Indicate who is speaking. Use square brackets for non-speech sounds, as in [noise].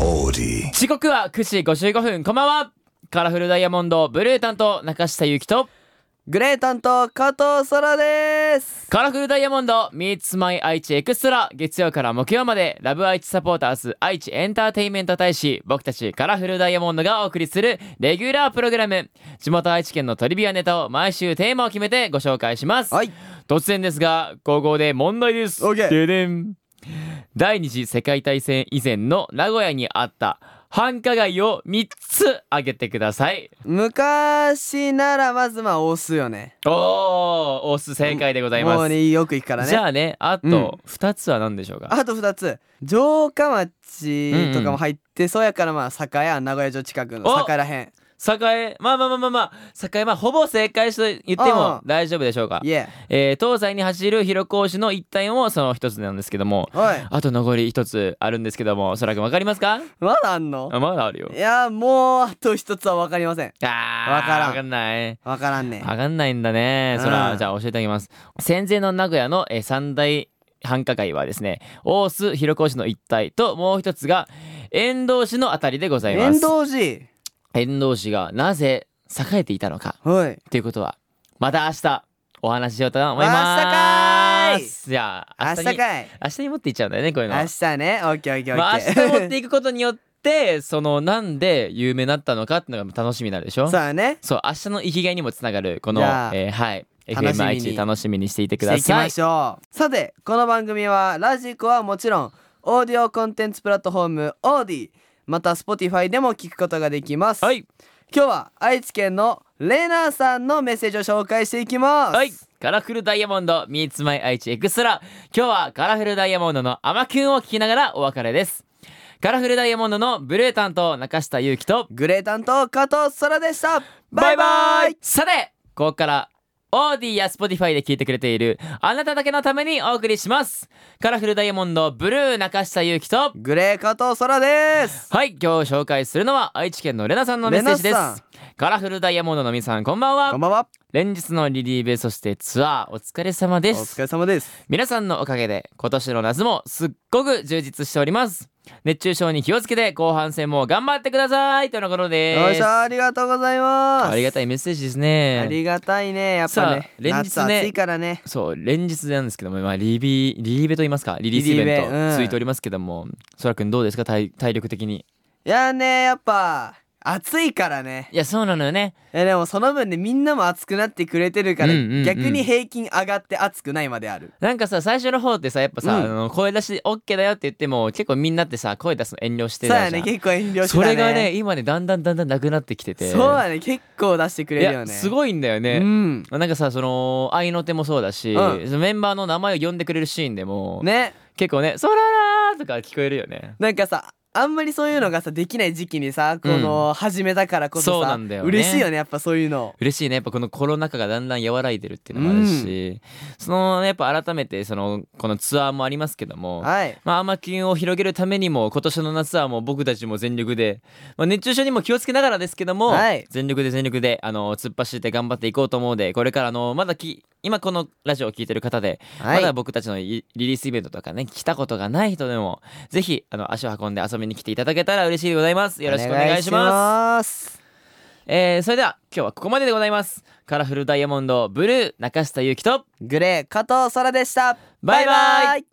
Speaker 1: オーディ
Speaker 2: 時刻は9時55分こんばんはカラフルダイヤモンドブルー担当中下ゆきと
Speaker 3: グレー担当加藤空です
Speaker 2: カラフルダイヤモンド Meets My 愛知エクストラ月曜から木曜までラブ愛知サポーターズ愛知エンターテインメント大使僕たちカラフルダイヤモンドがお送りするレギュラープログラム地元愛知県のトリビアネタを毎週テーマを決めてご紹介します、
Speaker 3: はい
Speaker 2: 突然ですがここで問題です
Speaker 3: オーケー
Speaker 2: ででん第二次世界大戦以前の名古屋にあった繁華街を3つ挙げてください
Speaker 3: 昔ならまずまあ押すよね
Speaker 2: おお押す正解でございます
Speaker 3: もうねよく行くからね
Speaker 2: じゃあねあ
Speaker 3: うん
Speaker 2: と2つは何でしょうか、
Speaker 3: あと2つ城下町とかも入って、そうやからまあ栄や名古屋城近く
Speaker 2: お
Speaker 3: の栄らへん
Speaker 2: 栄まあまあまあまあまあ栄まあほぼ正解と言って
Speaker 3: あ
Speaker 2: も
Speaker 3: あ
Speaker 2: 大丈夫でしょうか
Speaker 3: い、え
Speaker 2: えー東西に走る広甲市の一帯もその一つなんですけども
Speaker 3: おい
Speaker 2: あと残り一つあるんですけどもそらくんわかりますか
Speaker 3: まだあんの
Speaker 2: あまだあるよ
Speaker 3: いやもうあと1つは分かりません
Speaker 2: あー
Speaker 3: わからん
Speaker 2: わかんない
Speaker 3: 分からんね
Speaker 2: わかんないんだねそら、
Speaker 3: うん
Speaker 2: じゃあ教えてあげます戦前の名古屋の、えー三大繁華街はですね大須広甲市の一帯ともう一つが遠藤市のあたりでございます
Speaker 3: 遠藤寺
Speaker 2: 遠藤市がなぜ栄えていたのか
Speaker 3: はい
Speaker 2: ということはまた明日お話ししようと思い
Speaker 3: 明
Speaker 2: ま
Speaker 3: 日かい
Speaker 2: すじゃあ
Speaker 3: 明
Speaker 2: 明日
Speaker 3: 日
Speaker 2: に
Speaker 3: かい
Speaker 2: 明日に持っていっちゃうんだよねこういうのは
Speaker 3: 明日ねオッケーオッケーオッ
Speaker 2: まあ、
Speaker 3: ケ
Speaker 2: 明日
Speaker 3: ー、
Speaker 2: 持っていくことによってそのなんで有名になったのかっていうのが楽しみになるでしょ
Speaker 3: [laughs] そうだね
Speaker 2: そう明日の生きがいにもつながるこの、
Speaker 3: じゃあ
Speaker 2: えーはい
Speaker 3: 楽しみに
Speaker 2: FMI1 楽しみにしていてく
Speaker 3: して
Speaker 2: だ
Speaker 3: いき
Speaker 2: さ
Speaker 3: ま
Speaker 2: い
Speaker 3: しょうさてこの番組はラジコはもちろんオーディオコンテンツプラットフォームオーディまた Spotify でも聞くことができます、
Speaker 2: はい
Speaker 3: 今日は愛知県のレナさんのメッセージを紹介していきます
Speaker 2: はいカラフルダイヤモンド Meets My 愛知エクストラ今日はカラフルダイヤモンドの「あまきゅん」を聞きながらお別れですカラフルダイヤモンドのブルー担当中下ゆうきと
Speaker 3: グレー担当加藤空でした
Speaker 2: バ
Speaker 3: バ
Speaker 2: イ
Speaker 3: イ
Speaker 2: バ
Speaker 3: バ
Speaker 2: イ
Speaker 3: イ
Speaker 2: さてここからオーディや Spotify で聞いてくれているあなただけのためにお送りしますカラフルダイヤモンドブルー中下ゆうきと
Speaker 3: グレー加藤空です
Speaker 2: はい今日紹介するのは愛知県のレナさんのメッセージで
Speaker 3: レナ
Speaker 2: す
Speaker 3: さ
Speaker 2: カラフルダイヤモンドの皆さんこんばん
Speaker 3: こんば
Speaker 2: は
Speaker 3: んは
Speaker 2: 連日のリリーベそしてツアーお疲れ様
Speaker 3: お
Speaker 2: です
Speaker 3: 疲れ様です
Speaker 2: 皆さんのおかげで今年の夏もすっごく充実しております熱中症に気をつけて後半戦も頑張ってくださいとのこと
Speaker 3: よい
Speaker 2: で
Speaker 3: し
Speaker 2: す
Speaker 3: ょありがとうございます
Speaker 2: ありがたいメッセージですね
Speaker 3: ありがたいねやっぱ
Speaker 2: さ
Speaker 3: ね
Speaker 2: あ連日ね
Speaker 3: 夏暑いからね
Speaker 2: そう連日なんですけども、まあ、リビリリーベと言いますかリリースイベン
Speaker 3: リリーベう
Speaker 2: ト
Speaker 3: ん
Speaker 2: 続いておりますけども、そらくんどうですか体体力的に
Speaker 3: いやねやっぱ暑いからね
Speaker 2: いやそうなのよね
Speaker 3: えでもその分ねみんなも熱くなってくれてるから、
Speaker 2: うんうんうん
Speaker 3: 逆に平均上がって熱くないまである
Speaker 2: なんかさ最初の方ってさやっぱさ、
Speaker 3: うん
Speaker 2: あの声出し OK だよって言っても結構みんなってさ声出すの遠慮して
Speaker 3: そう
Speaker 2: た
Speaker 3: や
Speaker 2: じゃ
Speaker 3: ね
Speaker 2: ん
Speaker 3: 結構遠慮してたね
Speaker 2: それがね今ねだんだんだんだんなくなってきてて
Speaker 3: そうやね結構出してく
Speaker 2: い
Speaker 3: れるよ
Speaker 2: や
Speaker 3: ね
Speaker 2: すごいんだよね、
Speaker 3: うん
Speaker 2: なんかさその愛の手もそうだし、
Speaker 3: う
Speaker 2: メンバーの名前を呼んでくれるシーンでも、
Speaker 3: ね
Speaker 2: 結構ね「そらら」とか聞こえるよね
Speaker 3: なんかさあんまりそういうのがさできない時期にさこの始めたからこ
Speaker 2: そ
Speaker 3: そ
Speaker 2: うな
Speaker 3: さ、
Speaker 2: んだよね
Speaker 3: 嬉しいよねやっぱそういうの
Speaker 2: 嬉しいねやっぱこのコロナ禍がだんだん和らいでるっていうのもあるし、そのねやっぱ改めてそのこのツアーもありますけども
Speaker 3: はい
Speaker 2: まあ、甘きんを広げるためにも今年の夏はもう僕たちも全力で、まあ、熱中症にも気をつけながらですけども、
Speaker 3: はい
Speaker 2: 全力で全力であの突っ走って頑張っていこうと思うのでこれからあのまだき今このラジオを聞いてる方で、
Speaker 3: はい
Speaker 2: まだ僕たちのリリースイベントとかね来たことがない人でもぜひあの足を運んで遊びに来ていただけたら嬉しいでございますよろしくお願いします
Speaker 3: す
Speaker 2: えーそれでは今日はここまででございますカラフルダイヤモンドブルー中下ゆうきと
Speaker 3: グレー加藤空でした
Speaker 2: バイバイ